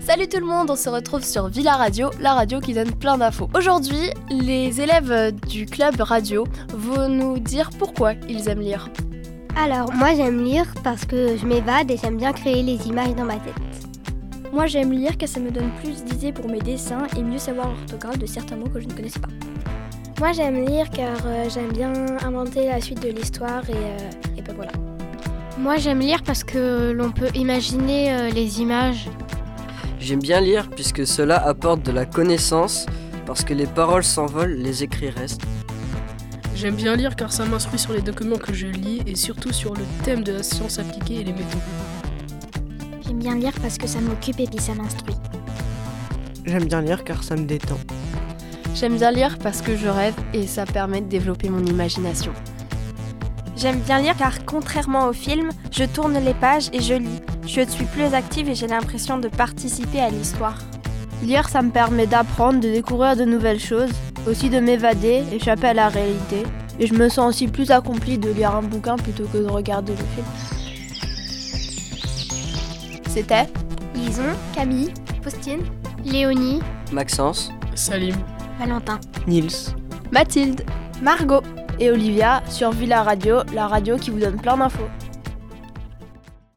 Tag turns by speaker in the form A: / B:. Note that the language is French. A: Salut tout le monde, on se retrouve sur Villa Radio, la radio qui donne plein d'infos. Aujourd'hui, les élèves du club radio vont nous dire pourquoi ils aiment lire.
B: Alors, moi j'aime lire parce que je m'évade et j'aime bien créer les images dans ma tête.
C: Moi j'aime lire car ça me donne plus d'idées pour mes dessins et mieux savoir l'orthographe de certains mots que je ne connaissais pas.
D: Moi j'aime lire car euh, j'aime bien inventer la suite de l'histoire et, euh, et ben voilà.
E: Moi j'aime lire parce que l'on peut imaginer euh, les images.
F: J'aime bien lire puisque cela apporte de la connaissance, parce que les paroles s'envolent, les écrits restent.
G: J'aime bien lire car ça m'instruit sur les documents que je lis et surtout sur le thème de la science appliquée et les méthodes.
H: J'aime bien lire parce que ça m'occupe et puis ça m'instruit.
I: J'aime bien lire car ça me détend.
A: J'aime bien lire parce que je rêve et ça permet de développer mon imagination.
J: J'aime bien lire car contrairement au film, je tourne les pages et je lis. Je suis plus active et j'ai l'impression de participer à l'histoire.
K: Lire, ça me permet d'apprendre, de découvrir de nouvelles choses, aussi de m'évader, échapper à la réalité. Et je me sens aussi plus accomplie de lire un bouquin plutôt que de regarder le film.
A: C'était
B: Lison, Camille, Faustine,
E: Léonie,
F: Maxence,
G: Salim,
H: Valentin,
I: Nils,
A: Mathilde,
K: Margot et Olivia sur Villa Radio, la radio qui vous donne plein d'infos.